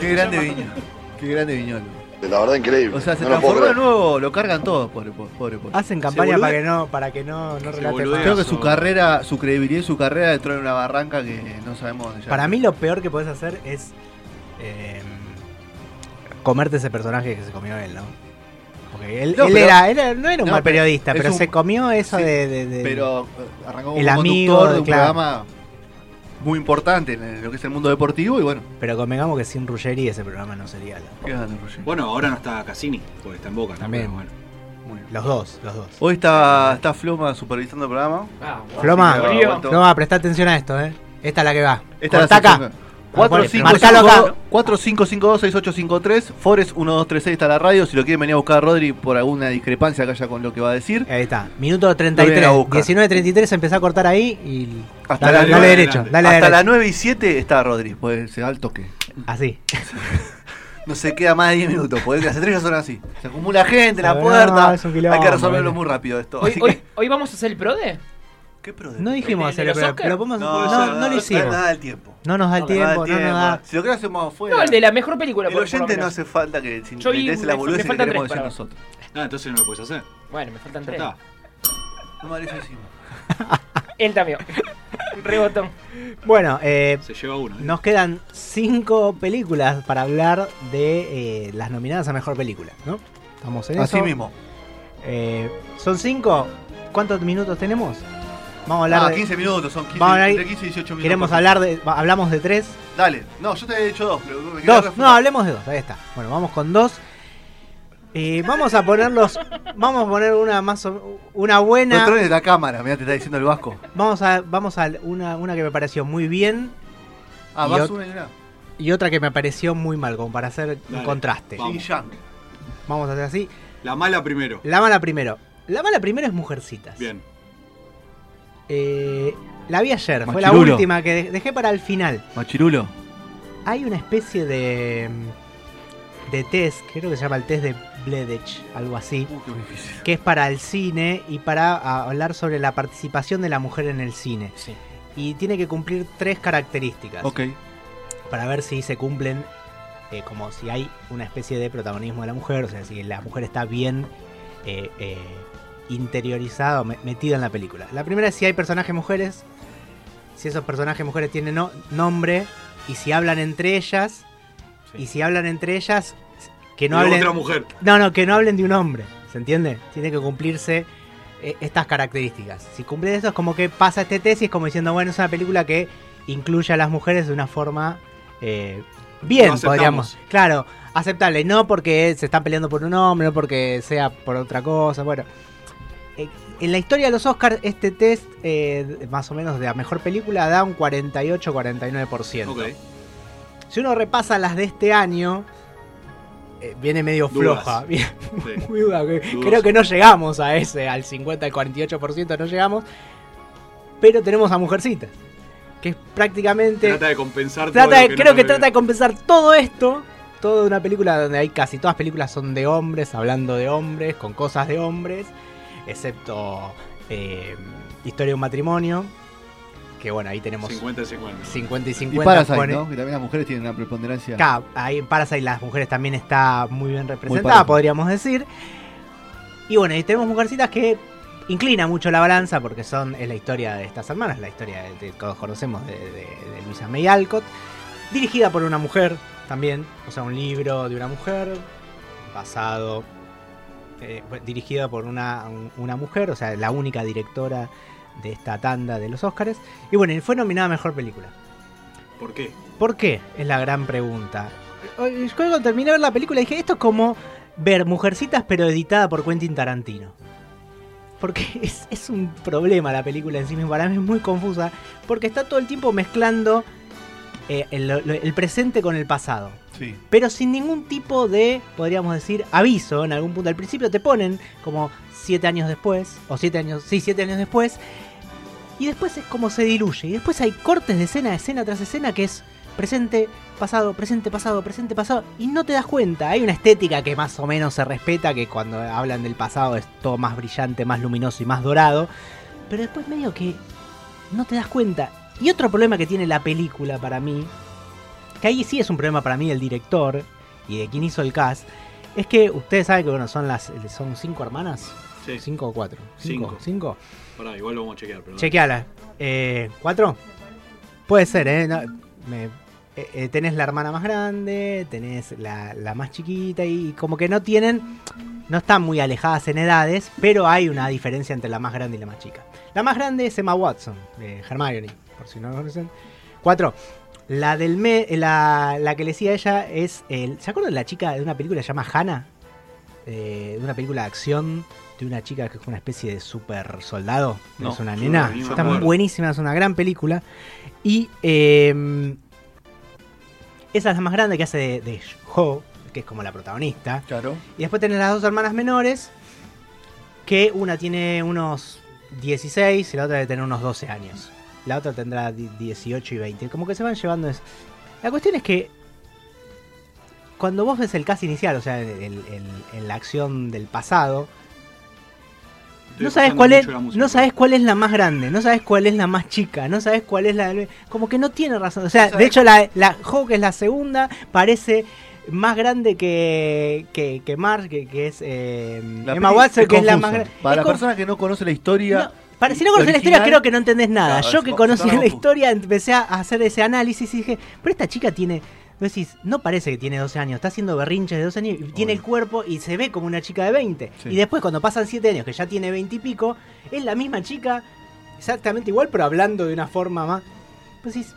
Qué grande Viñolo. Qué grande Viñolo. La verdad increíble. O sea, se no lo puedo transformó de creer. nuevo, lo cargan todos, pobre, po- pobre, pobre. Hacen campaña Se para bolude- que no, para que no, no relate boludea. más. Creo que su o- carrera, su credibilidad y su carrera entró en una barranca que no sabemos dónde ya. Para mí lo peor que podés hacer es eh, comerte ese personaje que se comió él, ¿no? Porque él, No, él pero- era, era- no era un no, mal pero periodista, es pero un- se comió eso sí, de, de- de- Pero eh, arrancó como El amigo, conductor de un claro. programa muy importante en lo que es el mundo deportivo y bueno, Pero convengamos que sin Ruggeri ese programa no sería. la- qué grande, Roger. Bueno, ahora no está Cassini, porque está en Boca. ¿no? También. Pero bueno. Muy bien. Los dos, los dos. Hoy está, está Floma supervisando el programa. Floma, sí, no, aguantó. Floma, presta atención a esto, ¿eh? Esta es la que va. Esta es Cortá la acá. sección. 4, 5, Marcalo acá. 4 5 5 2 6 8 5 3 Forest 1 2 3 6 está la radio Si lo quieren venir a buscar a Rodri Por alguna discrepancia que haya con lo que va a decir Ahí está, minuto Lo voy a 33. ir a buscar. 19.33 empezó a cortar ahí y. Hasta dale, la- dale la- derecho, dale Hasta derecho. las 9 y 7 está Rodri Pues se da el toque Así. No se queda más de 10 minutos Porque las estrellas son así Se acumula gente en la No, puerta es un Hay quilombo, que resolverlo ¿viste? muy rápido esto Hoy, Así que- hoy- hoy vamos a hacer el PRODE. ¿Qué pro No dijimos ¿De- de hacer los el programa, Oscar? pero podemos- No, no, se- no lo hicimos. No da el tiempo No nos da el No da tiempo, no nos da. Si lo que hacemos afuera No, el de la mejor película. El por- por lo oyente no menos. hace falta que si Yo le vi interese un- la me boludez que faltan queremos tres decir para- nosotros. Ah, entonces no lo puedes hacer. Bueno, me faltan Ya tres. está. No, madre, eso hicimos. Él también. Rebotón. Bueno, eh, Se lleva uno. ¿eh? nos quedan cinco películas para hablar de eh, las nominadas a mejor película, ¿no? Estamos en Así eso. mismo. Eh, ¿Son cinco? ¿Cuántos minutos tenemos? Vamos a hablar Ah, de- 15 minutos, son 15, Vamos a hablar- entre 15 y 18 minutos. Queremos hablar de. va- Hablamos de tres. Dale, no, yo te he dicho dos, pero me quedé Dos. No, refutado. hablemos de dos. Ahí está. Bueno, vamos con dos. Eh, vamos a ponerlos. Vamos a poner una más o- una buena. Controles de la cámara, mirá, te está diciendo el Vasco. Vamos a. Vamos a una, una que me pareció muy bien. Ah, Y vas ot- una y una. Y otra que me pareció muy mal, como para hacer un Dale. contraste. Vamos. Jin Yang. Vamos a hacer así. La mala primero. La mala primero. La mala primero es Mujercitas. Bien. Eh, la vi ayer, fue la Machirulo. última que de- dejé para el final. Machirulo. Hay una especie de. mm, de test, creo que se llama el test de Bledech, algo así, Uh, qué difícil. que es para el cine y para a, hablar sobre la participación de la mujer en el cine. Sí. Y tiene que cumplir tres características Ok. para ver si se cumplen, eh, como si hay una especie de protagonismo de la mujer, o sea, si la mujer está bien eh, eh, interiorizada o me- metida en la película. La primera es si hay personajes mujeres, si esos personajes mujeres tienen no- nombre y si hablan entre ellas, Sí. y si hablan entre ellas, que no Y hablen... otra mujer. No, no, que no hablen de un hombre, ¿se entiende? Tiene que cumplirse eh, estas características. Si cumplen eso es como que pasa este tesis como diciendo, bueno, es una película que incluye a las mujeres de una forma eh, bien, Lo aceptamos. podríamos. Claro, aceptable, no porque se están peleando por un hombre, no porque sea por otra cosa, bueno. Eh, En la historia de los Oscars, este test, eh, más o menos de la mejor película, da un 48-49%. Ok. Si uno repasa las de este año, eh, viene medio Dudas. floja. viene Sí. muy duda, que- Dudoso. Creo que no llegamos a ese, al 50, al 48%, no llegamos. Pero tenemos a Mujercitas, que es prácticamente... Trata de compensar todo trata lo de- no creo que conviene. trata de compensar todo esto, todo de una película donde hay casi todas películas son de hombres, hablando de hombres, con cosas de hombres, excepto eh, Historia de un matrimonio, que bueno, ahí tenemos 50 y 50. 50 y 50. Y Parasite, pone- ¿no? Que también las mujeres tienen una preponderancia. Acá, ahí en Parasite las mujeres también está muy bien representada, parejo. podríamos decir. Y bueno, y tenemos mujercitas que inclina mucho la balanza porque son es la historia de estas hermanas, la historia de- de- que conocemos de, de- de Luisa May Alcott, dirigida por una mujer también, o sea, un libro de una mujer, basado, eh, fue dirigida por una, un- una mujer, o sea, la única directora de esta tanda de los Oscars. Y bueno, y fue nominada a Mejor Película. ¿Por qué? ¿Por qué? Es la gran pregunta. Hoy- Yo cuando terminé de ver la película dije, esto es como ver Mujercitas pero editada por Quentin Tarantino. Porque es, es un problema la película en sí misma, para mí es muy confusa, porque está todo el tiempo mezclando eh, el- lo- el presente con el pasado Sí. pero sin ningún tipo de, podríamos decir, aviso en algún punto. Al principio te ponen como siete años después, o siete años, sí, siete años después, y después es como se diluye. Y después hay cortes de escena, escena tras escena, que es presente, pasado, presente, pasado, presente, pasado, y no te das cuenta. Hay una estética que más o menos se respeta, que cuando hablan del pasado es todo más brillante, más luminoso y más dorado, pero después medio que no te das cuenta. Y otro problema que tiene la película para mí, que ahí sí es un problema para mí del director y de quien hizo el cast, es que ustedes saben que bueno, son las son cinco hermanas, Sí. cinco o cuatro, Cinco. cinco, cinco. Pará, igual lo vamos a chequear, perdón. Chequeala. Eh, ¿Cuatro? Puede ser, ¿eh? No, me- eh, eh, tenés la hermana más grande, tenés la, la más chiquita y como que no tienen, no están muy alejadas en edades, pero hay una diferencia entre la más grande y la más chica. La más grande es Emma Watson, de Hermione, por si no lo conocen. Cuatro. La del me- la, la que le decía a ella es el, ¿se acuerdan de la chica de una película que se llama Hannah? Eh, de una película de acción de una chica que es una especie de super soldado. No, es una yo no nena. la vi, me Está acuerdo. buenísima, es una gran película. Y eh, esa es la más grande que hace de, de Ho, que es como la protagonista. Claro. Y después tenés las dos hermanas menores, que una tiene unos 16 y la otra debe tener unos 12 años. La otra tendrá di- 18 y 20. Como que se van llevando eso. La cuestión es que cuando vos ves el caso inicial, o sea, el- el- el- en la acción del pasado, Estoy no sabes escuchando cuál es, mucho la música. no sabes cuál es la más grande, no sabes cuál es la más chica, no sabes cuál es la del- como que no tiene razón. O sea, de hecho la la Jo, que es la segunda parece más grande que que, que Marge, que, que es eh, La Emma peli Watson, es que es la confusa. más grande. Para Es la como- persona que no conoce la no, historia, para si no conoces la original- historia creo que no entendés nada. Claro, Yo es- que vos- conocía estaba la confuso. historia empecé a hacer ese análisis y dije, pero esta chica tiene vos decís, no parece que tiene 12 años, está haciendo berrinches de 12 años, y tiene el cuerpo y se ve como una chica de 20. Sí. Y después cuando pasan 7 años, que ya tiene 20 y pico, es la misma chica, exactamente igual, pero hablando de una forma más... Vos decís,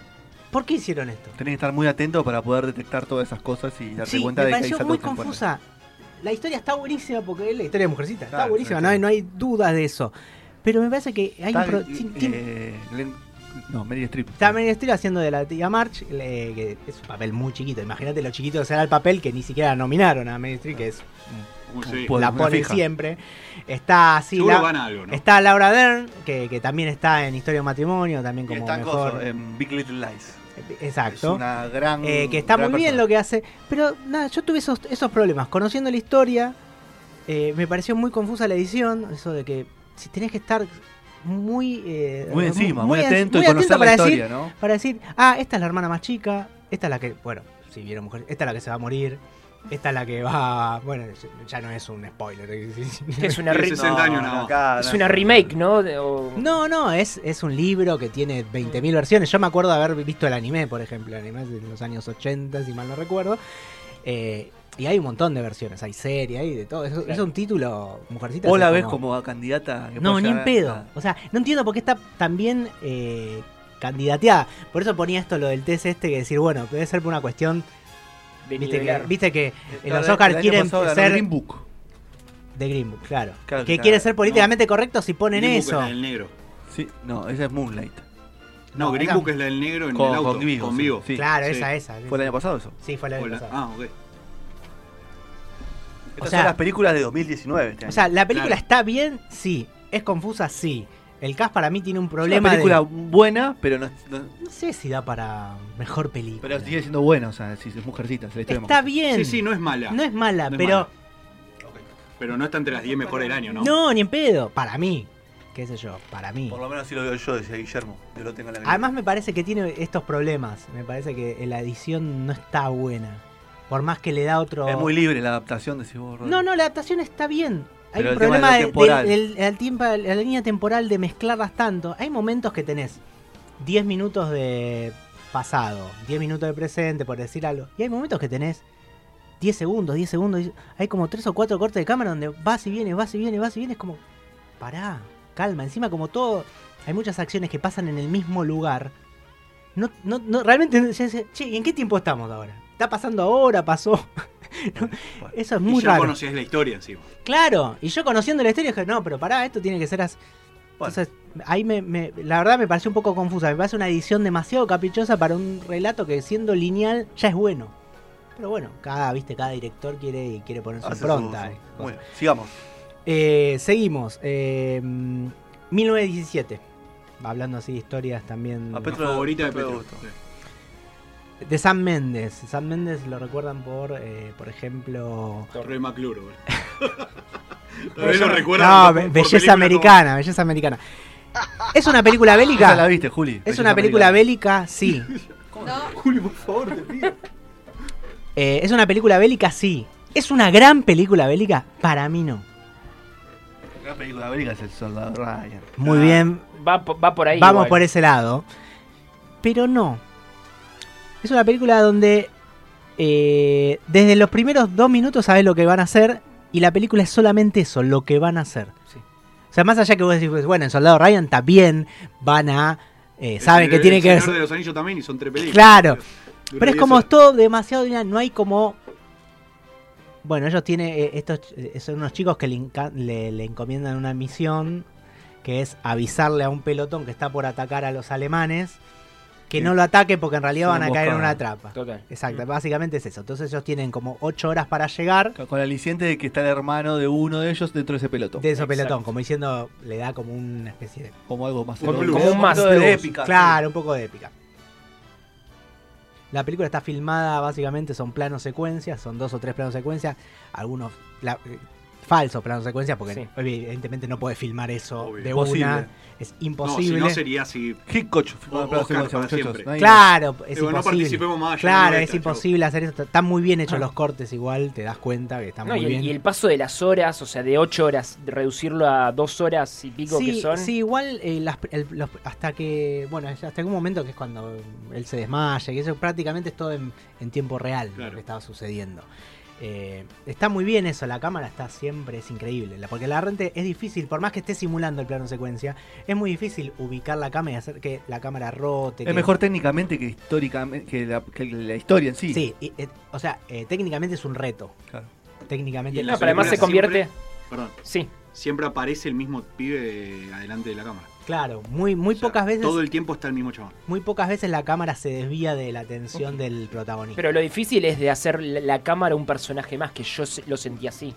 ¿por qué hicieron esto? tenés que estar muy atento para poder detectar todas esas cosas y darte Sí, me cuenta de que hay pareció saltos muy temporales. confusa. La historia está buenísima porque es la historia de Mujercita, está Claro, buenísima, sí, no hay, sí. no hay dudas de eso. Pero me parece que hay un Está, pro- eh, sin- tiene- eh, Glenn- no, Meryl Streep. Está Meryl Streep haciendo de la tía March, le- que es un papel muy chiquito. Imagínate lo chiquito que será el papel que ni siquiera nominaron a Meryl Streep, que es Uh, sí. Bueno, la ponen una pues, fija. siempre. Está así, Seguro la- van a algo, ¿no? está Laura Dern, que, que también está en Historia de un Matrimonio, también Y como está mejor. coso, en Big Little Lies. Exacto. Es una gran. Eh, que está muy bien lo que hace. Pero nada, yo tuve esos, esos problemas. Conociendo la historia, eh, me pareció muy confusa la edición. Eso de que si tenés que estar muy. eh, Muy encima, muy, en- atento muy y conocer para la decir, historia, ¿no? para decir, ah, esta es la hermana más chica, esta es la que, bueno, si vieron mujer, esta es la que se va a morir, esta es la que va, bueno, ya no es un spoiler. Que es una, re- Ese- 60 años nada más. acá, es no. una remake, ¿no? De- o- No, no, es, es un libro que tiene 20.000 versiones. Yo me acuerdo de haber visto el anime, por ejemplo, el anime es de los años 80, si mal no recuerdo. Eh, y hay un montón de versiones, hay serie, hay de todo. Es, es un título, mujercita. Vos es la ves como a candidata. que No, puede ni en llegar a- pedo. O sea, no entiendo por qué está tan bien eh, candidateada. Por eso ponía esto lo del test este, que decir, bueno, puede ser por una cuestión. de Viste que, nivelar. viste que El los año Oscar pasado quieren ganó ser- Green Book. de Green Book, claro. Claro, que claro. quiere ser políticamente correcto si ponen Green Book eso. es la del negro. Sí, no, esa es Moonlight. No, No, Green acá- Book es la del negro en Con- el auto. con Vigo, sí. Vigo. Sí. Claro, Sí. esa, esa. ¿Fue el año pasado eso? Sí, fue la O la- Ah, ok. Estas sea- son las películas de 2019. este O año. sea, ¿la película Claro. está bien? Sí. ¿Es confusa? Sí. El cast para mí tiene un es una problema. película de- buena, pero no, no- No sé si da para mejor película. pero sigue siendo buena, o sea, si es mujercita, se la historia de está mujer. bien. Sí, sí, no es mala. No es mala, No es pero. mala. Pero no está entre las 10 mejores del año, ¿no? ¿no? ni en pedo. Para mí. Qué sé yo, para mí. Por lo menos así lo veo yo, decía Guillermo. Yo lo tengo en la cabeza. Además me parece que tiene estos problemas. Me parece que la edición no está buena. Por más que le da otro... es muy libre la adaptación, decís vos, Rodri. No, no, la adaptación está bien. Hay Pero un el tema problema de de- lo temporal. del- del- al tiempo- la línea temporal de mezclarlas tanto. Hay momentos que tenés 10 minutos de pasado, 10 minutos de presente, por decir algo. Y hay momentos que tenés 10 segundos, 10 segundos. 10 Hay como tres o cuatro cortes de cámara donde vas y vienes, vas y vienes, vas y vienes. Es como, pará, calma. Encima, como todo, hay muchas acciones que pasan en el mismo lugar. No, no, no, realmente, ya sé, che, ¿y en qué tiempo estamos ahora? ¿Está pasando ahora? ¿Pasó? No, eso es y muy ya raro. conocías la historia encima. Claro, y yo conociendo la historia dije, no, pero pará, esto tiene que ser así. Bueno. Entonces, ahí me, me- la verdad me pareció un poco confusa. Me parece una edición demasiado caprichosa para un relato que siendo lineal ya es bueno. Pero bueno, cada, viste, cada director quiere, quiere poner su Hace su- impronta. eh, su- cosa. Bueno, sigamos. Eh, seguimos. eh, 1917. Hablando así de historias también. A Petro- La favorita de Petro Petro. Augusto. Sí. De Sam Méndez. Sam Méndez lo recuerdan por, eh, por ejemplo, Torre McClure, güey. Todavía lo recuerdo. No, be- belleza americana, belleza americana. Es una película Ya la bélica. viste, Juli. Es una película bélica, sí. No, Julio, por favor, te pido. Eh, es una película bélica, sí. Es una gran película bélica, para mí no. La película bélica es el soldado Ryan. Ah, Muy bien, Va, po- va por ahí. vamos igual. por ese lado. Pero no. Es una película donde eh, desde los primeros dos minutos sabes lo que van a hacer y la película es solamente eso, lo que van a hacer. O sea, más allá que vos decís, pues, bueno, en Soldado Ryan está bien, van a... eh, saben que tiene que... El Señor de los Anillos también y son tres películas. Claro. Dura Pero es 10 como horas. es todo demasiado lineal, no hay como... Bueno, ellos tienen, eh, estos eh, son unos chicos que le, enca- le- le encomiendan una misión que es avisarle a un pelotón que está por atacar a los alemanes que Sí. no lo ataque porque en realidad Son van a caer en emboscadas. una trampa. Total. Exacto, básicamente es eso. Entonces ellos tienen como 8 horas para llegar Con- Con el aliciente de que está el hermano de uno de ellos dentro de ese pelotón. de ese Exacto. pelotón, como diciendo, le da como una especie de... Como algo más Como heroico. un más poquito de plus. épica. Claro, un poco de épica. La película está filmada básicamente, son planos secuencias, son dos o tres planos secuencias, algunos la- eh, falsos planos secuencias, porque Sí. evidentemente no puedes filmar eso Obvio. de Imposible. una, es No, si imposible. no sería así. Hitchcock. O- Bueno, pero Oscar hacemos- para hacemos- siempre. no hay- Claro, es Digo, no imposible. participemos más. ya claro, no es está, chao. imposible hacer esto. Están muy bien hechos los cortes igual, te das cuenta que están Ah. No, muy y, el, bien. y el paso de las horas, o sea, de 8 horas, de reducirlo a 2 horas y pico sí, que son. sí, igual eh, las- el- los- hasta que, bueno, hasta algún momento que es cuando él se desmaya, que eso prácticamente es todo en, en tiempo real Claro. lo que estaba sucediendo. Eh, está muy bien eso, la cámara está siempre, es increíble, la- porque la rente es difícil, por más que esté simulando el plano secuencia, es muy difícil ubicar la cámara y hacer que la cámara rote. que- Es mejor técnicamente que históricamente que la, que la historia en sí. Sí, y, eh, o sea, eh, técnicamente es un reto. Claro. Técnicamente. Y en No, la pero además se película convierte. Perdón. Sí, Siempre aparece el mismo pibe adelante de la cámara. Claro, muy, muy O sea, pocas veces, Todo el tiempo está el mismo chabón. muy pocas veces la cámara se desvía de la atención del protagonista. pero lo difícil es de hacer la, la cámara un personaje más, que yo se- lo sentí así.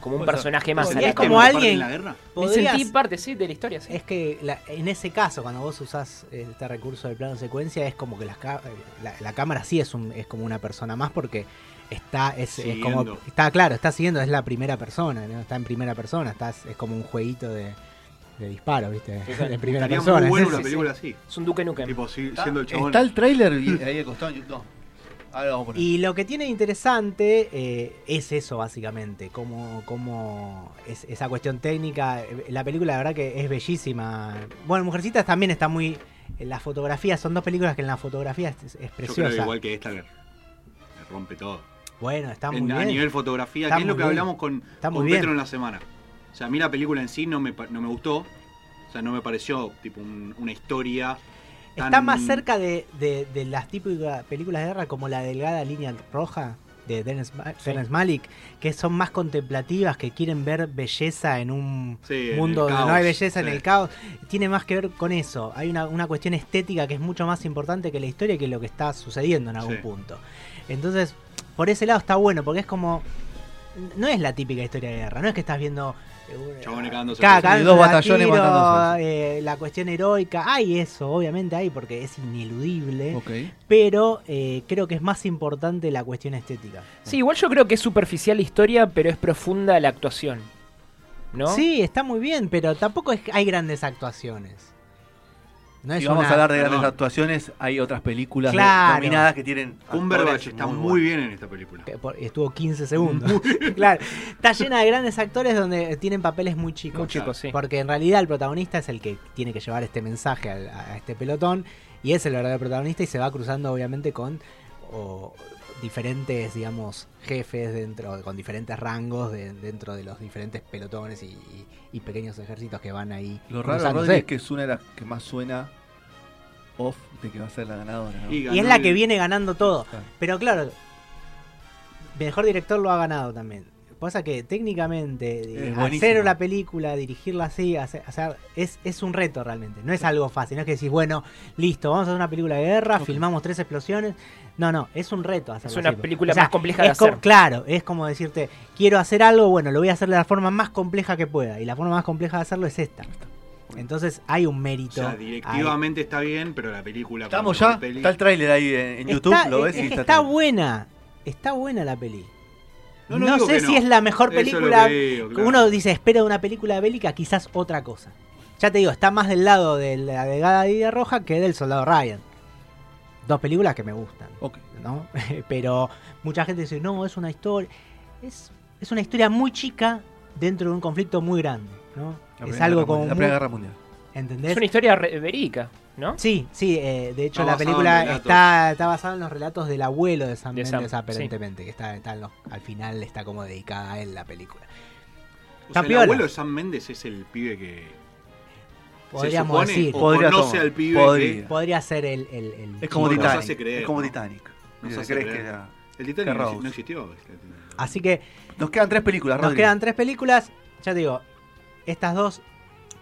Como un O sea, personaje más. es a la ¿Sentiste como cámara. parte alguien- en la guerra? Me Podrías- sentí parte, sí, de la historia, sí. Es que la- en ese caso, cuando vos usás este recurso del plano secuencia, es como que las ca- eh, la, la cámara sí es, un, es como una persona más porque está es, es como Siguiendo. está claro, está siguiendo, es la primera persona, ¿no? está en primera persona, estás, es como un jueguito de, de disparo, ¿viste? Total. De primera Estaría persona. muy bueno es- una sí, película así. Es un Duque Nukem. Tipo, si- Está, siendo el chabón. está el trailer y- ahí al costado en YouTube. Ahora vamos a poner. Y lo que tiene interesante eh, es eso, básicamente. Como, como es, esa cuestión técnica. Eh, La película, la verdad, que es bellísima. Bueno, Mujercitas también está muy. en Las fotografías son dos películas que en la fotografía es, es Yo creo que preciosa. igual que esta que que rompe todo. Bueno, está En- muy a bien. nivel fotografía, Está que es lo muy que bien. hablamos con, Está con muy Petro bien. en la semana. O sea, a mí la película en sí no me, pa- no me gustó. O sea, no me pareció tipo un- una historia. Está tan- más cerca de, de- de las típicas películas de guerra como La Delgada Línea Roja de Terence Ma- Terrence Malick, que son más contemplativas, que quieren ver belleza en un Sí, en mundo el donde no caos, hay belleza en sí. el caos. Tiene más que ver con eso. Hay una, una cuestión estética que es mucho más importante que la historia y que lo que está sucediendo en algún Sí. punto. Entonces, por ese lado está bueno, porque es como. No es la típica historia de guerra, no es que estás viendo. eh, una- Chabones cagándose cada- a tiros. cagándose Dos a batallones tiro, matándose. eh, la cuestión heroica, hay eso, obviamente hay, porque es ineludible. Ok. Pero eh, creo que es más importante la cuestión estética. Sí, igual yo creo que es superficial la historia, pero es profunda la actuación. ¿No? Sí, está muy bien, pero tampoco es que hay grandes actuaciones. No es Si vamos una- a hablar de grandes Perdón. actuaciones, hay otras películas Claro. nominadas que tienen. Cumberbatch actores está muy, buenos. bien en esta película. que por- Estuvo 15 segundos. claro. Está llena de grandes actores donde tienen papeles muy chicos. Muy chicos, sí. Porque en realidad el protagonista es el que tiene que llevar este mensaje al- a, a este pelotón. Y es el verdadero protagonista y se va cruzando obviamente con o diferentes, digamos, jefes dentro, con diferentes rangos de- dentro de los diferentes pelotones y, y- y pequeños ejércitos que van ahí. Lo raro, cruzándose. Rodri, es que es una de las que más suena off de que va a ser la ganadora. ¿no? Y ganó Y es la el- que viene ganando todo. Claro. Pero claro, mejor director lo ha ganado también. Pasa que técnicamente de- Es hacer buenísimo. una película, dirigirla así, hacer, o sea, es, es un reto realmente. No es algo fácil. No es que decís, bueno, listo, vamos a hacer una película de guerra, filmamos tres explosiones. No, no, es un reto hacerlo Es una así. pues. película O sea, más compleja de es como- hacer. claro, es como decirte, quiero hacer algo, bueno, lo voy a hacer de la forma más compleja que pueda. Y la forma más compleja de hacerlo es esta. Entonces hay un O mérito. sea, ahí. directivamente está bien, pero la película. Estamos como ya. peli- Está el tráiler ahí en, en YouTube, Está- lo ves es y que está, está, todo. buena. Está buena la peli. No, No, no digo sé que si no. es la mejor Eso es lo película. que digo, claro. Uno dice, espera una película bélica, quizás otra cosa. Ya te digo, está más del lado de la de Gala Roja que del Soldado Ryan. Dos películas que me gustan, Ok. ¿no? Pero mucha gente dice, no, es una historia. Es, es una historia muy chica dentro de un conflicto muy grande, ¿no? La es Primera algo Guerra como. Mundial, La muy- Primera Guerra Mundial. ¿Entendés? Es una historia re- verídica, ¿no? Sí, sí, eh, de hecho Está la basado en película relatos. está, está basada en los relatos del abuelo de Sam De Sam, Mendes, sí. aparentemente, que está, está en los- al final está como dedicada a él la película. O sea, el Tapiola. abuelo de Sam Méndez es el pibe que. Podríamos se supone, decir, O Podría conoce tomar. al pibe. Podría. podría ser el... el- el Es como nos chico. Titán. Titanic. hace creer, es como ¿no? Titanic. Nos Y hace crees creer. que era- El Titanic no, Carraus. no existió. este, este. Así que Nos quedan tres películas, nos Rodri. quedan tres películas, ya te digo, estas dos,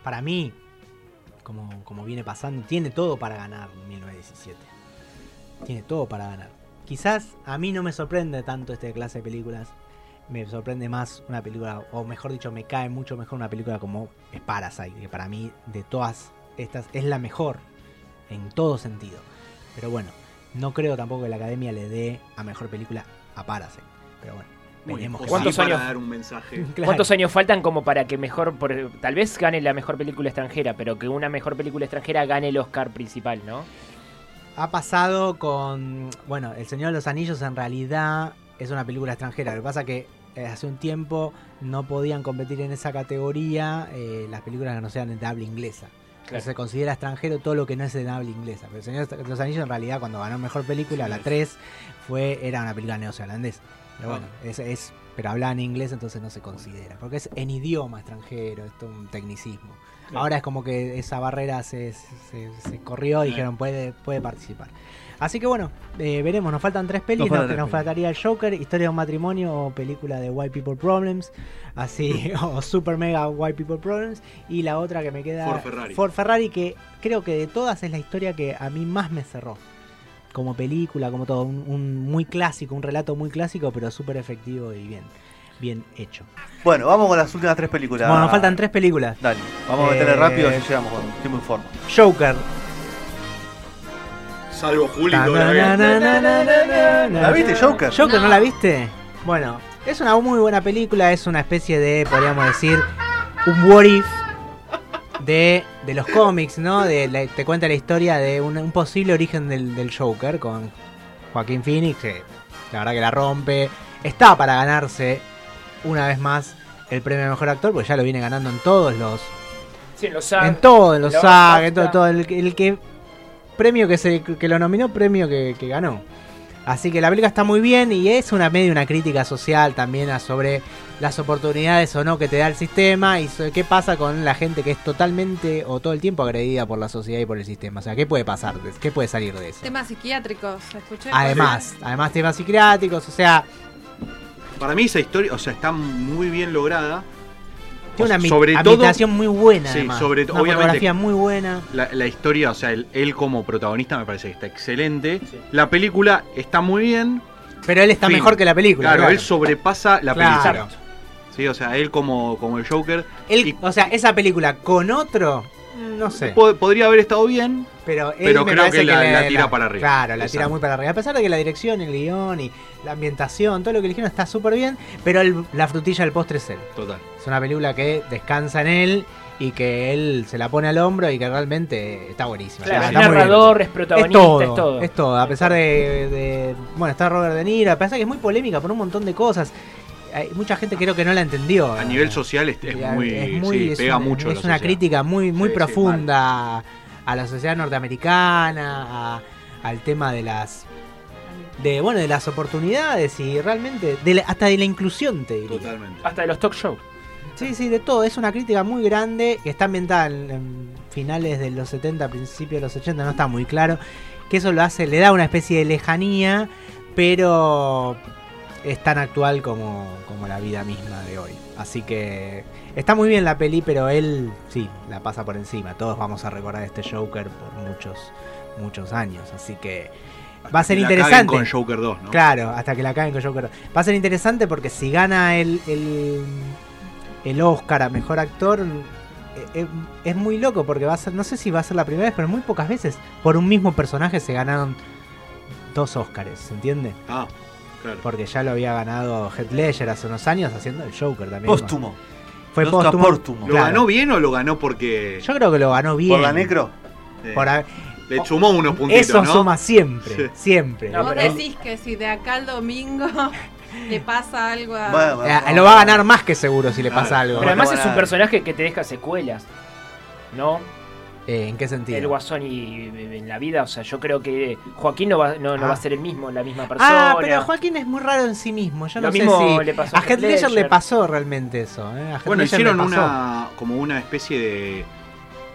para mí, como, como viene pasando, tiene todo para ganar 1917. Tiene todo para ganar. Quizás a mí no me sorprende tanto esta clase de películas. Me sorprende más una película, o mejor dicho, me cae mucho mejor una película como es Parasite, que para mí de todas estas es la mejor en todo sentido. Pero bueno, no creo tampoco que la academia le dé a mejor película a Parasite. Pero bueno, Muy bien. veremos este, O qué sí ¿Cuántos para años? dar un mensaje. pasa. Claro. ¿Cuántos años faltan como para que mejor, por- tal vez gane la mejor película extranjera, pero que una mejor película extranjera gane el Oscar principal, ¿no? Ha pasado con. Bueno, El Señor de los Anillos en realidad es una película extranjera. Lo que pasa que eh, hace un tiempo no podían competir en esa categoría eh, las películas que no sean de habla inglesa. Claro. Se considera extranjero todo lo que no es de habla inglesa. Pero El Señor de los Anillos en realidad cuando ganó mejor película, Sí, la es. 3, fue, era una película neozelandesa. Pero bueno, es, es- pero hablaba en inglés entonces no se considera. Porque es en idioma extranjero, es todo un tecnicismo. Ahora es como que esa barrera se, se- se corrió y Sí. dijeron puede, puede participar. Así que bueno, eh, veremos, nos faltan tres pelis, Nos faltan nos, que tres nos pelis. faltaría el Joker, Historia de un matrimonio o película de White People Problems, así, o Super Mega White People Problems, y la otra que me queda... Ford Ferrari. Ford Ferrari, que creo que de todas es la historia que a mí más me cerró. Como película, como todo, un, un muy clásico, un relato muy clásico, pero súper efectivo y bien, bien hecho. Bueno, vamos con las últimas tres películas. Bueno, nos faltan tres películas. Dale, vamos a meterle Eh, rápido y llegamos con tiempo en forma. Joker, Salvo Juli. ¿La ¿La viste, Joker? Eh, Joker, ¿no la viste? Bueno, es una muy buena película, es una especie de, podríamos decir, un what if de, de los cómics, ¿no? De, la- te cuenta la historia de un, un posible origen del, del Joker con Joaquín Phoenix, que la verdad que la rompe. Está para ganarse una vez más el premio de mejor actor, porque ya lo viene ganando en todos los Sí, en los en SAG. todo, en los la SAG, en todo, basta. todo. El, que- el que. Premio que se que lo nominó, premio que, que ganó. Así que la película está muy bien y es una medio una crítica social también a sobre las oportunidades o no que te da el sistema y so- qué pasa con la gente que es totalmente o todo el tiempo agredida por la sociedad y por el sistema. O sea, ¿qué puede pasar? de- ¿Qué puede salir de eso? Temas psiquiátricos, escuché. Además, además temas psiquiátricos, o sea, Para mí esa historia, o sea, está muy bien lograda. tiene una mi- Sobre todo- ambientación muy buena, Sí, además. sobre- una obviamente- fotografía muy buena. La, la historia, o sea, el- él como protagonista me parece que está excelente. La película está muy bien. Pero él está Fin. mejor que la película. Claro, claro. él sobrepasa la Claro. película. Sí, o sea, él como, como el Joker Él- Y- o sea, esa película con otro, no sé. po- podría haber estado bien. Pero, él pero me creo parece que la- le- la tira para arriba. Claro, la tira Exacto. muy para arriba. A pesar de que la dirección, el guión y la ambientación, todo lo que eligieron está súper bien, pero el- la frutilla del postre es él. Total. Es una película que descansa en él y que él se la pone al hombro y que realmente está buenísima. Claro, Está es muy bien. narrador, es Es protagonista, todo, es todo. es todo, a pesar de, de- Bueno, está Robert De Niro, a pesar que es muy polémica por un montón de cosas. Hay mucha gente creo que no la entendió. A Eh, nivel social es, es y a- muy, es muy- sí, es pega un- mucho. a la Es una sociedad. crítica muy, muy Sí, sí, profunda a la sociedad norteamericana, a- al tema de las de bueno de las oportunidades y realmente de la- hasta de la inclusión te diría Totalmente. Hasta de los talk shows. sí sí de todo es una crítica muy grande que está ambientada en, en finales de los 70 principios de los 80 no está muy claro que eso lo hace le da una especie de lejanía pero es tan actual como, como la vida misma de hoy así que está muy bien la peli pero él sí la pasa por encima todos vamos a recordar este Joker por muchos muchos años así que va a ser Que la caguen interesante Con Joker 2, ¿no? Claro, hasta que la caen con Joker. Va a ser interesante porque si gana el, el, el Oscar a mejor actor, eh, eh, es muy loco porque va a ser, no sé si va a ser la primera vez, pero muy pocas veces por un mismo personaje se ganaron dos Oscars, ¿se entiende? Ah, claro. Porque ya lo había ganado Heath Ledger hace unos años haciendo el Joker también. Póstumo. Fue Los póstumo. póstumo. ¿Lo claro. ganó bien o lo ganó porque Yo creo que lo ganó bien. ¿Por la necro? eh, Por a- le sumó unos puntitos, eso ¿no? suma siempre, Sí. siempre. No, Eh, Vos pero- decís que si de acá al domingo le pasa algo a. Va- va- eh, lo va a ganar más que seguro si le Claro. pasa algo. Pero además es bueno. un personaje que te deja secuelas. ¿No? Eh, ¿En qué sentido? El Guasón y eh, en la vida, o sea, yo creo que Joaquín no va, no, no Ah. va a ser el mismo, la misma persona. Ah, pero Joaquín es muy raro en sí mismo. Yo Lo no mismo sé si. le pasó a Heath Ledger le pasó realmente eso. ¿eh? A Heath Bueno, Ledger le hicieron pasó. una como una especie de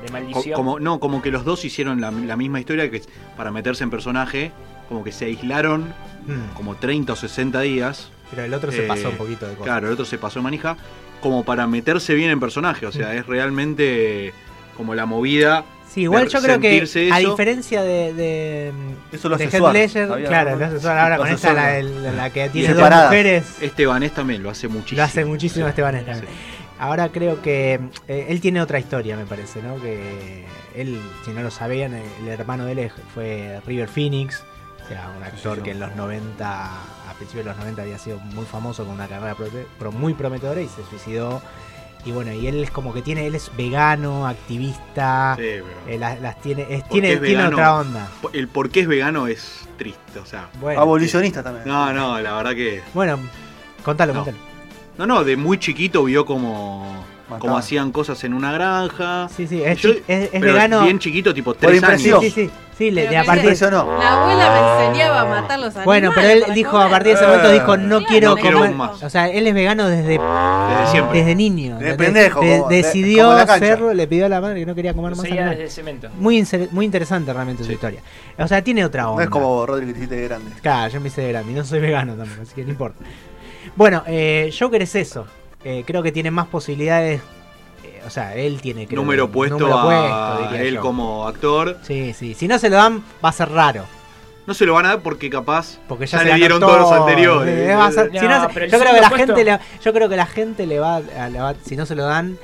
de co- maldición. como no, como que los dos hicieron la, la misma historia que es- para meterse en personaje, como que se aislaron Mm, como 30 o 60 días. pero el otro se Eh, pasó un poquito de cosas. Claro, el otro se pasó manija como para meterse bien en personaje, o sea, es realmente como la movida Sí, igual de yo creo que. sentirse A eso- diferencia de. de Eso lo de hace Heath Suar. Ledger, Había- claro, lo hace Suar ahora Lo con hace esta, la, Suar. el- la que tiene dos separada. mujeres. Estebanés también lo hace muchísimo. Lo hace muchísimo Esteban Esteban. Sí. Ahora creo que eh, él tiene otra historia, me parece, ¿no? Que él, si no lo sabían, eh, el hermano de él es- fue River Phoenix, que era un actor que en los 90, a principios de los 90 había sido muy famoso con una carrera prote- pro- muy prometedora y se suicidó. Y bueno, y él es como que tiene, él es vegano, activista, Sí, pero- eh, las, las tiene, es- ¿Por qué tiene, es tiene vegano? otra onda. El por qué es vegano es triste, o sea. Bueno, eh, Abolicionista también. No, no, la verdad que. bueno contalo, No. contalo. No, no, de muy chiquito vio como. Mataban. Como hacían cosas en una granja. Sí, sí, es, Yo- chi- es- es pero vegano. bien chiquito, tipo Por tres sí, años. impresión. sí, sí, sí, le- Pero de- que a Me partir de- impresionó. La abuela me enseñaba a matar los animales. Bueno, pero él para dijo, comer. a partir de ese Ah. momento dijo, no Claro, quiero no quiero comer. un más. O sea, él es vegano desde, Ah. Desde siempre. desde niño. Desde ¿entendés? pendejo, como- de- decidió como la cancha. hacerlo, le pidió a la madre que no quería comer Lo más seguía animales. desde cemento. Muy, inser- muy interesante realmente su Sí. historia. O sea, tiene otra No onda. es como Rodri que te hiciste de grande. Claro, yo me hice grande, no soy vegano tampoco, así que no importa. Bueno, eh, Joker es eso. Eh, creo que tiene más posibilidades. eh, o sea, él tiene que. número puesto a diría él yo. como actor. Sí, sí. Si no se lo dan, va a ser raro. No se lo van a dar porque capaz. Porque ya, Ya se le ganó dieron todos los anteriores. Eh, va a ser- No, si no se- pero el yo, creo que la segundo gente puesto- le, yo creo que la gente le va, a- le va- si no se lo dan,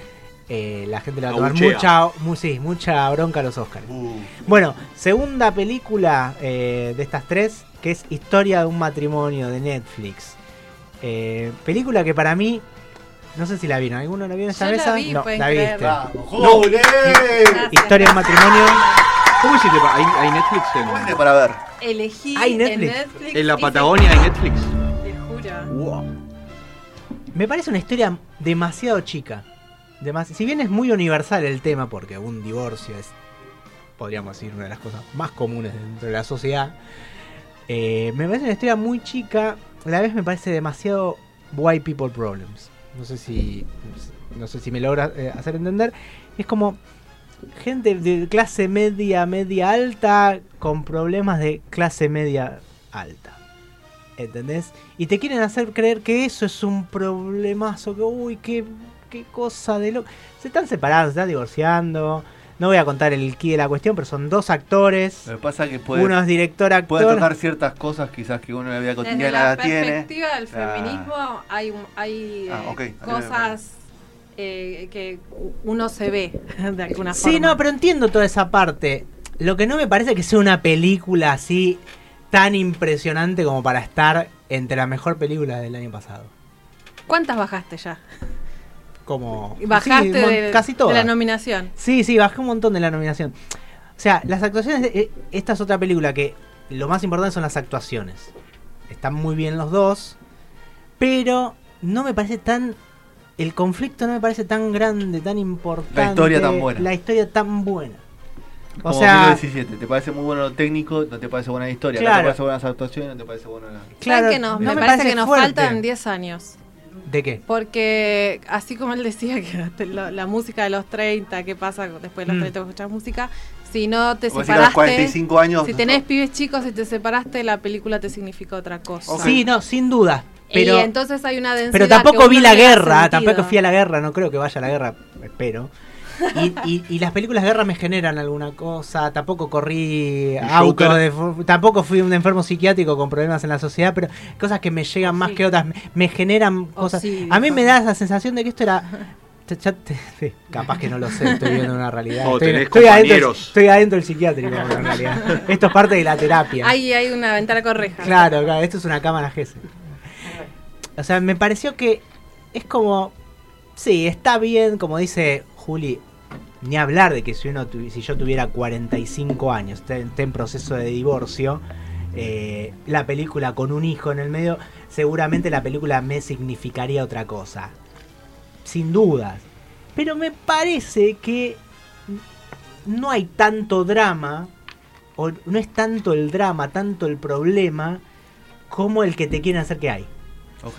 eh, la gente le va a tomar Abuchea. mucha, mu- sí, mucha bronca a los Oscars. Uh, Bueno, segunda película eh, de estas tres, que es Historia de un matrimonio de Netflix. Eh, película que para mí, no sé si la vieron, ¿alguno la vio en esta Yo la mesa? vi, no, pueden la creer. viste. ¡Jule! Gracias, Historia de un gracias. matrimonio. ¿Cómo hiciste? pa- ¿Hay, hay Netflix Vente en, para ver. Elegí Hay en Netflix. Netflix. en la dice- Patagonia? ¿Hay Netflix? Te juro. Me parece una historia demasiado chica. Demas- si bien es muy universal el tema, porque un divorcio es, podríamos decir, una de las cosas más comunes dentro de la sociedad, eh, me parece una historia muy chica. A la vez me parece demasiado white people problems. No sé si, no sé si me logra eh, hacer entender. Es como gente de clase media, media alta, con problemas de clase media alta. ¿Entendés? Y te quieren hacer creer que eso es un problemazo, que uy, qué, qué cosa de loco. Se están separando, se están divorciando. No voy a contar el quid de la cuestión, pero son dos actores. Lo que pasa es que Eh, puede, Uno es director puede actor. tocar ciertas cosas quizás que uno en la vida Desde cotidiana la la tiene. perspectiva del Ah. feminismo hay, un- hay eh, Ah, ok. Ahí cosas eh, que uno se ve de alguna forma. Sí, no, pero entiendo toda esa parte. Lo que no me parece que sea una película así tan impresionante como para estar entre la mejor película del año pasado. ¿Cuántas bajaste ya? Como Bajaste sí, mon- de, casi todas. de la nominación. Sí, sí, bajé un montón de la nominación. O sea, las actuaciones. de- eh, esta es otra película que lo más importante son las actuaciones. Están muy bien los dos, pero no me parece tan. El conflicto no me parece tan grande, tan importante. La historia tan buena. La historia tan buena. O Como sea, 1917, te parece muy bueno lo técnico, no te parece buena la historia, no Claro. te parece buenas actuaciones, no te parece bueno la... claro, ¿Saben que nos- no me, parece, que nos fuerte. faltan 10 años. ¿De qué? Porque así como él decía que te- la, la música de los 30, ¿qué pasa después de los Mm. 30 que escuchas música? Si no te Como si a los separaste, 45 años... si tenés pibes chicos y te separaste, la película te significa otra cosa. Ok. Sí, no, sin duda. Pero, Pero, y entonces hay una densidad. pero que tampoco uno vi no la le da guerra, sentido. tampoco fui a la guerra, no creo que vaya a la guerra, espero. Y, y- y las películas de guerra me generan alguna cosa, tampoco corrí auto, Joker? de- tampoco fui un enfermo psiquiátrico con problemas en la sociedad, pero cosas que me llegan más Sí. que otras, me, me generan O cosas. sí, a mí me dijo. da la sensación de que esto era... ya- ya te- sí, capaz que no lo sé, estoy viendo una realidad. O estoy, Oh, tenés estoy adentro, compañeros. estoy adentro del psiquiátrico, en realidad. Esto es parte de la terapia. Ahí hay una ventana con rejas. Claro, claro, esto es una cámara GS. O sea, me pareció que es como. Sí, está bien, como dice Juli, ni hablar de que si, uno tuvi- si yo tuviera 45 años, esté esté en proceso de divorcio, eh, la película con un hijo en el medio, seguramente la película me significaría otra cosa. Sin dudas. Pero me parece que no hay tanto drama, o no es tanto el drama, tanto el problema, como el que te quieren hacer que hay. Ok,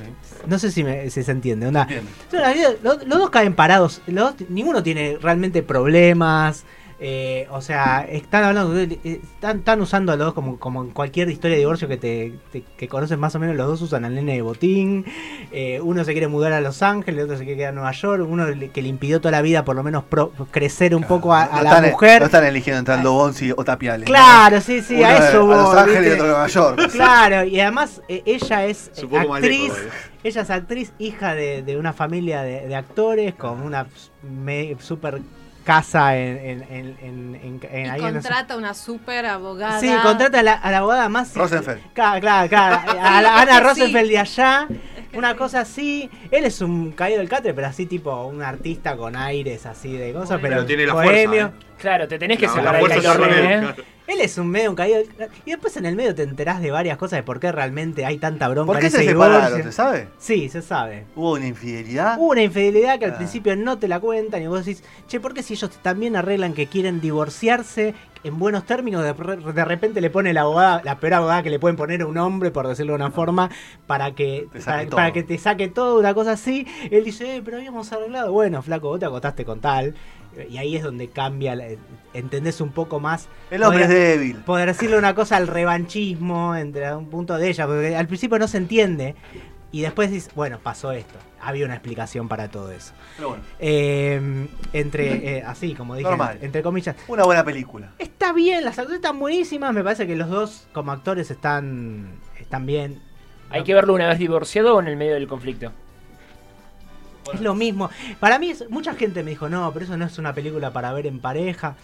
No sé si, me- si se entiende. Onda, bien. yo, la verdad, lo- los, dos caen parados. los dos- ninguno tiene realmente problemas. eh, o sea, están hablando de- eh, están, están usando a los dos como, como en cualquier historia de divorcio que te, te- que conocen más o menos. Los dos usan al nene de botín. eh, uno se quiere mudar a Los Ángeles, otro se quiere quedar a Nueva York. Uno le- que le impidió toda la vida, por lo menos, pro- crecer un poco a, a No la están- mujer. No están eligiendo entre Aldo Bonzi o Tapiales. claro, sí, sí, Uno a eso A Los voy, Ángeles y ¿viste? otro a Nueva York. Claro, y además eh, ella es eh, Es un poco más actriz. lejos, todavía. Ella es actriz, hija de, de una familia de, de actores, con una s- me- super casa en, en, en, en- en- en- Y ahí en los- contrata una super abogada. Sí, contrata a la, a la abogada más. Rosenfeld. Claro, claro, claro. A la Es que Ana sí. Rosenfeld de allá. Una sí. cosa así. Él es un caído del catre, pero así tipo un artista con aires así de cosas, Bueno. pero, Pero tiene la bohemio. fuerza, eh. Claro, te tenés que La- separar la del fuerza Kylo se Ren, revela, ¿eh? claro. Él es un medio un caído del catre. Y después en el medio te enterás de varias cosas de por qué realmente hay tanta bronca ¿Por en qué se ese separaron? divorcio. ¿Se sabe? Sí, se sabe. ¿Hubo una infidelidad? Hubo una infidelidad que al Ah. principio no te la cuentan y vos decís, che, ¿por qué si ellos también arreglan que quieren divorciarse en buenos términos, de, re- de repente le pone la abogada, la peor abogada que le pueden poner a un hombre, por decirlo de una forma, para que Te saque para, todo. para que te saque todo, una cosa así? Él dice, eh, pero habíamos arreglado, bueno, flaco, vos te acostaste con tal. Y ahí es donde cambia, la- entendés un poco más El hombre es Podría- débil. poder decirle una cosa al revanchismo entre un punto de ella, porque al principio no se entiende y después dices, bueno, pasó esto, había una explicación para todo eso. Pero bueno, Eh, entre, eh, así como dije, Normal. entre, entre comillas. una buena película. Está bien, las actores están buenísimas, me parece que los dos como actores están, están bien. Hay que verlo una vez divorciado o en el medio del conflicto. Es lo mismo. Para mí, es- mucha gente me dijo, no, pero eso no es una película para ver en pareja.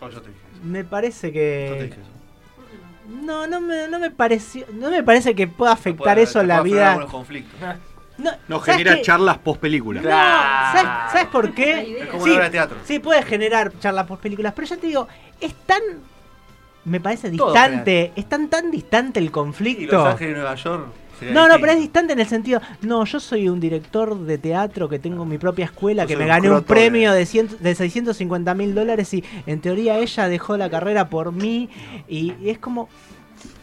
Yo, yo te dije eso. Me parece Yo te que... dije eso. No, no me, no me pareció, no me parece que pueda afectar Puede- eso te en la puede vida. frenar algunos conflictos. No, Nos ¿sabes genera qué? charlas post película. No, ¿sabes, sabes por La qué? idea. Es como Sí. una obra de teatro. Sí, puede generar charlas post películas, pero ya te digo, es tan. Me parece Todo distante, es tan tan distante el Y Los conflicto. Ángeles y Nueva York. sería No, no, distinto. pero es distante en el sentido. No, yo soy un director de teatro que tengo mi propia escuela, Yo que soy me un gané un croto premio de, ciento- de 650 mil dólares y en teoría ella dejó la carrera por mí. Y, y es como.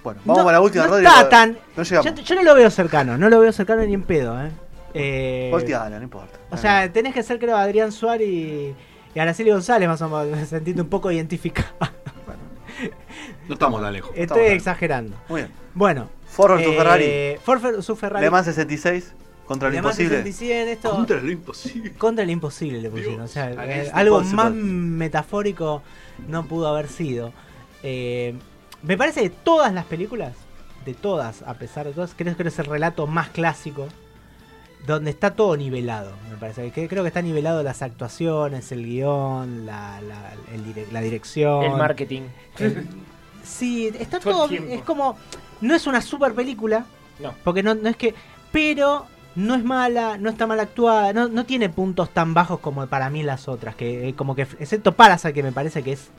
Bueno, vamos no, a la última, no Rodri, está porque tan. Yo, No llegamos. yo no lo veo cercano, no lo veo cercano ni en pedo, ¿eh? Eh, Volteala, no importa. o sea, tenés que ser, creo, Adrián Suárez y, y Araceli González, más o menos, sentirte un poco identificado. No estamos tan lejos. Estoy bien. exagerando. Muy bien. Bueno. Ford versus Ferrari. eh, Ford versus Ferrari. Le Mans 66 contra lo Le Mans imposible. 67, esto- Contra lo imposible. contra el imposible le pusieron. O sea, Against eh, the algo possible. más metafórico no pudo haber sido. Eh, me parece que todas las películas, de todas, a pesar de todas, creo que es el relato más clásico. Donde está todo nivelado, me parece. que Creo que está nivelado las actuaciones, el guión, la, la- el dire- la dirección. El marketing. Eh, Sí, está Todo el todo. tiempo. Es como. No es una super película. No. Porque no, no es que. Pero no es mala, no está mal actuada, no, no tiene puntos tan bajos como para mí las otras. Que eh, como que. Excepto Parasite, que me parece que es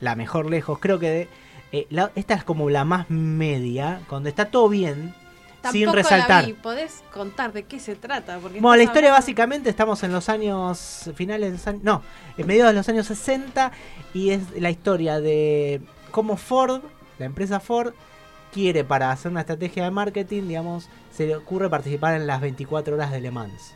la mejor lejos. Creo que de- eh, la- esta es como la más media. Cuando está todo bien. Tampoco sin resaltar. La vi. ¿Podés contar de qué se trata? Porque Bueno, la estás historia hablando- básicamente estamos en los años finales, de los años- no, en mediados de los años 60 y es la historia de cómo Ford, la empresa Ford, quiere para hacer una estrategia de marketing, digamos, se le ocurre participar en las 24 horas de Le Mans.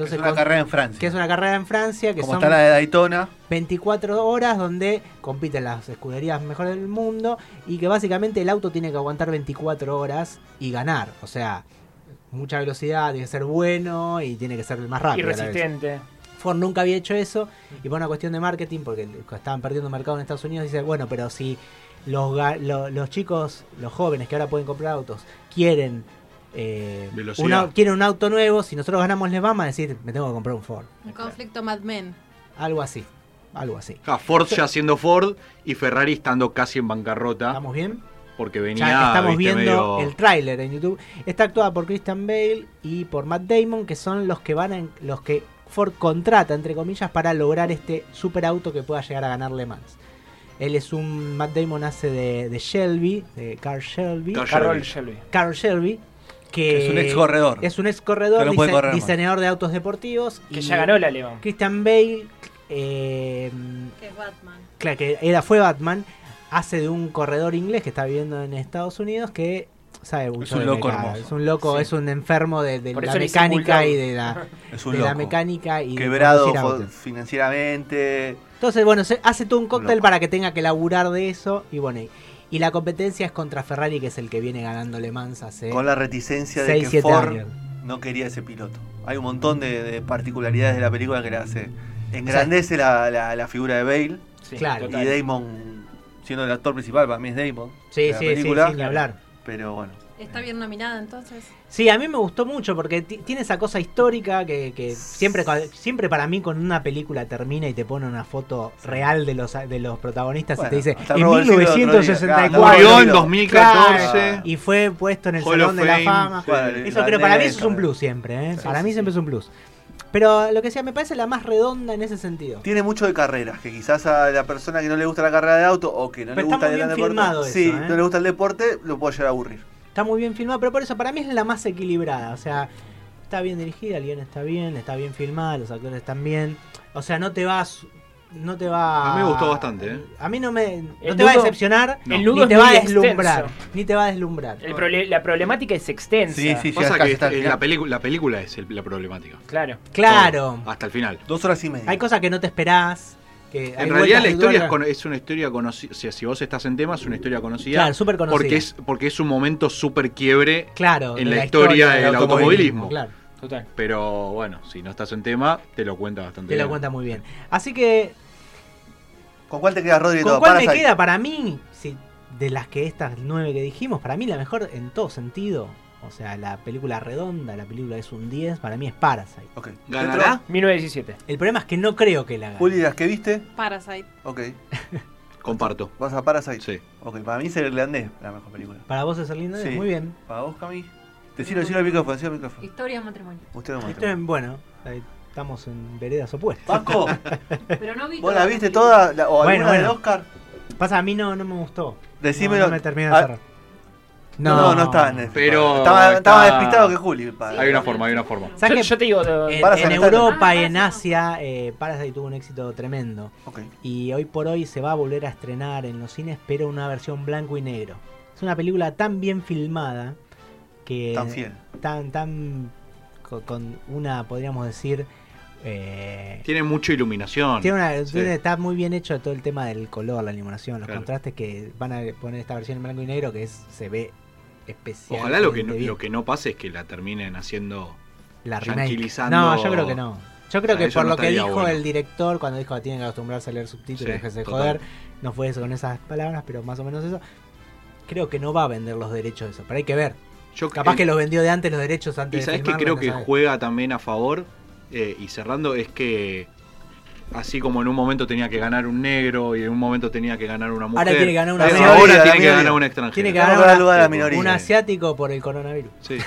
es Entonces, una con- carrera en Francia. que es una carrera en Francia, que como son está la de Daytona. 24 horas donde compiten las escuderías mejores del mundo y que básicamente el auto tiene que aguantar 24 horas y ganar. O sea, mucha velocidad, tiene que ser bueno y tiene que ser el más rápido. a la vez. Irresistente. Ford nunca había hecho eso y por una cuestión de marketing, porque estaban perdiendo mercado en Estados Unidos, dice, bueno, pero si los, ga- lo- los chicos, los jóvenes que ahora pueden comprar autos, quieren, eh, Velocidad. un au- quieren un auto nuevo, si nosotros ganamos les vamos a decir, me tengo que comprar un Ford. Un conflicto Mad Men. Algo así, algo así. Ah, Ford ya siendo Ford y Ferrari estando casi en bancarrota ¿Estamos bien? porque Ya venía. que estamos viste, viendo medio- el tráiler en YouTube. Está actuada por Christian Bale y por Matt Damon, que son los que van a en- los que Ford contrata entre comillas para lograr este superauto que pueda llegar a ganar Le Mans. Él es un Matt Damon hace de, de Shelby, de Carl Shelby, Carl Carroll Shelby. Shelby. Carl Shelby, que es un ex corredor. Eh, es un ex corredor, Que no puede dise- correr más. diseñador de autos deportivos Que y ya ganó el alemán. Christian Bale eh, Que es Batman. claro, que era, fue Batman, hace de un corredor inglés que está viviendo en Estados Unidos que sabe mucho un de loco mecánica, hermoso. Es un loco, Sí. es un enfermo de, de Por la eso le dicen mecánica bulldog. y de la, Es un de la loco. mecánica y de Quebrado conducir fo- autos. financieramente. Entonces, bueno, se hace todo un cóctel loco. para que tenga que laburar de eso y bueno, y, y la competencia es contra Ferrari que es el que viene ganando Le Mans hace Con la reticencia de 6, que 7 Ford años. no quería ese piloto. Hay un montón de, de particularidades de la película que le hace. Engrandece la, la- la figura de Bale Sí, Claro. total. y Damon, siendo el actor principal, para mí es Damon. de Sí, la sí, sí, película, sin ni hablar. Pero bueno. ¿Está bien nominada entonces? Sí, a mí me gustó mucho porque ti- tiene esa cosa histórica que, que siempre, con- siempre para mí con una película termina y te pone una foto real de los, de los protagonistas Bueno, y te dice hasta en Robo del Siglo del otro día". Murió 1964 Claro, en 2014. y fue puesto en el Hall Salón of de la Fame. Fama. Sí. Bueno, Eso la creo, para mí década. eso es un plus siempre, ¿eh? Sí, para sí, mí sí. siempre es un plus. Pero lo que sea, me parece la más redonda en ese sentido. Tiene mucho de carreras, que quizás a la persona que no le gusta la carrera de auto o que no Pero le está gusta muy el bien gran filmado deporte, eso, sí, ¿eh? no le gusta el deporte, lo puede llegar a aburrir. Está muy bien filmada, pero por eso para mí es la más equilibrada. O sea, está bien dirigida, el guión está bien, está bien filmada, los actores están bien. O sea, no te vas. No te va. A mí me gustó bastante, ¿eh? A mí no me. No te El va a nudo- decepcionar, No. El nudo ni es te va a muy deslumbrar. extenso. Ni te va a deslumbrar. El prole- la problemática es extensa. Pasa que hasta es- el es final. la, pelicu- la película es el- la problemática. Claro. Claro. Todo, hasta el final. Dos horas y media. Hay cosas que no te esperás. Que hay En realidad vueltas la y historia es, vueltas. cono- es una historia conocida. O sea, si vos estás en tema, es una historia conocida. Claro, súper conocida. Porque es, porque es un momento súper quiebre, Claro, en de la historia del automovilismo. Claro. Total. pero bueno, si no estás en tema, te lo cuenta bastante Te lo bien. cuenta muy bien. Así que ¿Con cuál te queda, Rodri? de ¿Con todo? cuál me Parasite. queda para mí? Si, de las que estas nueve que dijimos, para mí la mejor en todo sentido. O sea, la película redonda, la película es un 10, para mí es Parasite. Ok. ¿Ganará? 1917. El problema es que no creo que la Petro, gane. Juli, ¿las que viste? Parasite. Ah. Ok. Comparto. ¿Vas a Parasite? Sí. Ok, para mí es el irlandés la mejor película. Para vos es el lindo, Sí. muy bien. ¿Para vos, Cami? Decilo, decilo al micrófono, decilo al micrófono. Historia de matrimonio. Usted no Esto muestra. es- bueno, ahí estamos en veredas opuestas. Vasco, Pero no vi ¿vos todas la las viste películas. toda? La- ¿O Bueno, alguna bueno. del Oscar? Pasa, a mí no, no me gustó. Decímelo. No, no me terminó de Ah, cerrar. No, no, estaba en Netflix. Pero Estaba, estaba está- despistado que Juli. para- Hay una forma, hay una forma. ¿Sabes Yo, qué? yo te digo, eh, En, Parasite en está en- Europa y Ah, en Parasite. Asia, eh, Parasite tuvo un éxito tremendo. Ok. y hoy por hoy se va a volver a estrenar en los cines, pero una versión blanco y negro. Es una película tan bien filmada que Tan fiel. tan tan co- con, una podríamos decir eh, Tiene mucha iluminación. tiene una- Sí. tiene- está muy bien hecho todo el tema del color, la iluminación, los Claro. contrastes que van a poner esta versión en blanco y negro que es, se ve especial. Ojalá lo que, no, bien. lo que no pase es que la terminen haciendo. la remake. tranquilizando- No, yo creo que no. Yo creo Ah, que eso por no lo que estaría dijo bueno. el director cuando dijo que tienen que acostumbrarse a leer subtítulos, Sí, déjese de total. joder, no fue eso con esas palabras, pero más o menos eso. Creo que no va a vender los derechos de eso, pero hay que ver. Yo Capaz eh, que los vendió de antes los derechos antes Y de sabes que filmarlo, creo no que sabes. juega también a favor, eh, y cerrando, es que así como en un momento tenía que ganar un negro y en un momento tenía que ganar una mujer, Ahora tiene que ganar una eh, minoría, ahora la tiene que minoría. ganar un extranjero. Tiene que Vamos a ganar dar una- lugar a la Sí. minoría. Un asiático por el coronavirus. Sí,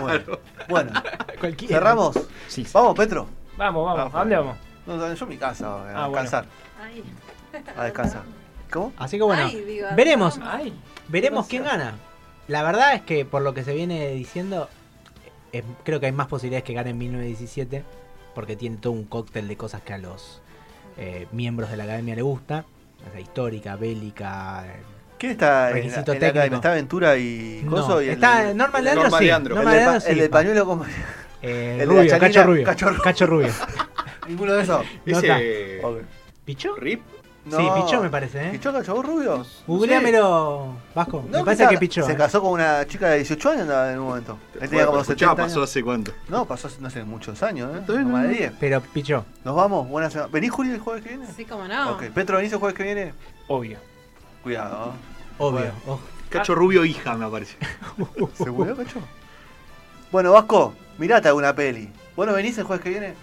Bueno, bueno, Cualquiera. cerramos. sí, sí. Vamos, Petro. Vamos, vamos. Vamos. ¿A dónde vamos? No, yo a mi casa, a Ah, bueno. descansar. Ay. A descansar. ¿Cómo? Así que bueno, Ay, digo, veremos. perdón. Ay. veremos quién gana. La verdad es que por lo que se viene diciendo, eh, creo que hay más posibilidades que gane en 1917, porque tiene todo un cóctel de cosas que a los eh, miembros de la academia le gusta. O sea, histórica, bélica. eh, ¿Quién está en la- en la, Requisito academia? técnico. ¿Está Aventura y No, Coso? y el- está el- Norma el- Leandro, Norma sí. Leandro. Norma el, de pa- Leandro sí, el del pa. pañuelo como Eh, el de la rubio, chanela, cacho rubio. cacho rubio. Cacho rubio. ninguno de esos. Ese. Ok. ¿Picho? Rip. Sí, Pichó me parece, ¿eh? ¿Pichó Cacho Rubio? Googleamelo, Vasco. No, me parece que está- Pichó. Se eh. casó con una chica de 18 años andaba en un momento. Él tenía Bueno, como escuchá, 70 pasó años. hace cuánto. No, pasó hace- no sé, muchos años, ¿eh? Todavía No no, más de no. 10. Pero Pichó. Nos vamos, buena semana. ¿Venís, Julio, el jueves que viene? Sí, como no. Ok, ¿Petro venís el jueves que viene? Obvio. Cuidado. Obvio. Cacho Rubio hija, me parece. ¿eh? ¿Se murió, Cacho? Bueno, Vasco, mirate alguna peli. ¿Vos no venís el jueves que viene?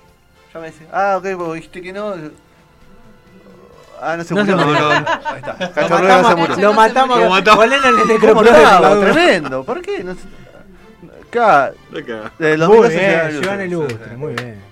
Ya me decís. Ah, ok, vos dijiste que no. Ah, no se No murió. se murió. Ahí está. Lo Cacho Rubio no se matamos, murió. mucho. lo matamos, Lo matamos. ponelo en el ¿Cómo lo hago? necropolio. Tremendo. ¿Por qué? No sé. Acá, Acá. de los Muy 2012 bien, Giovanni Giovanni Lucio. Lustre, muy bien.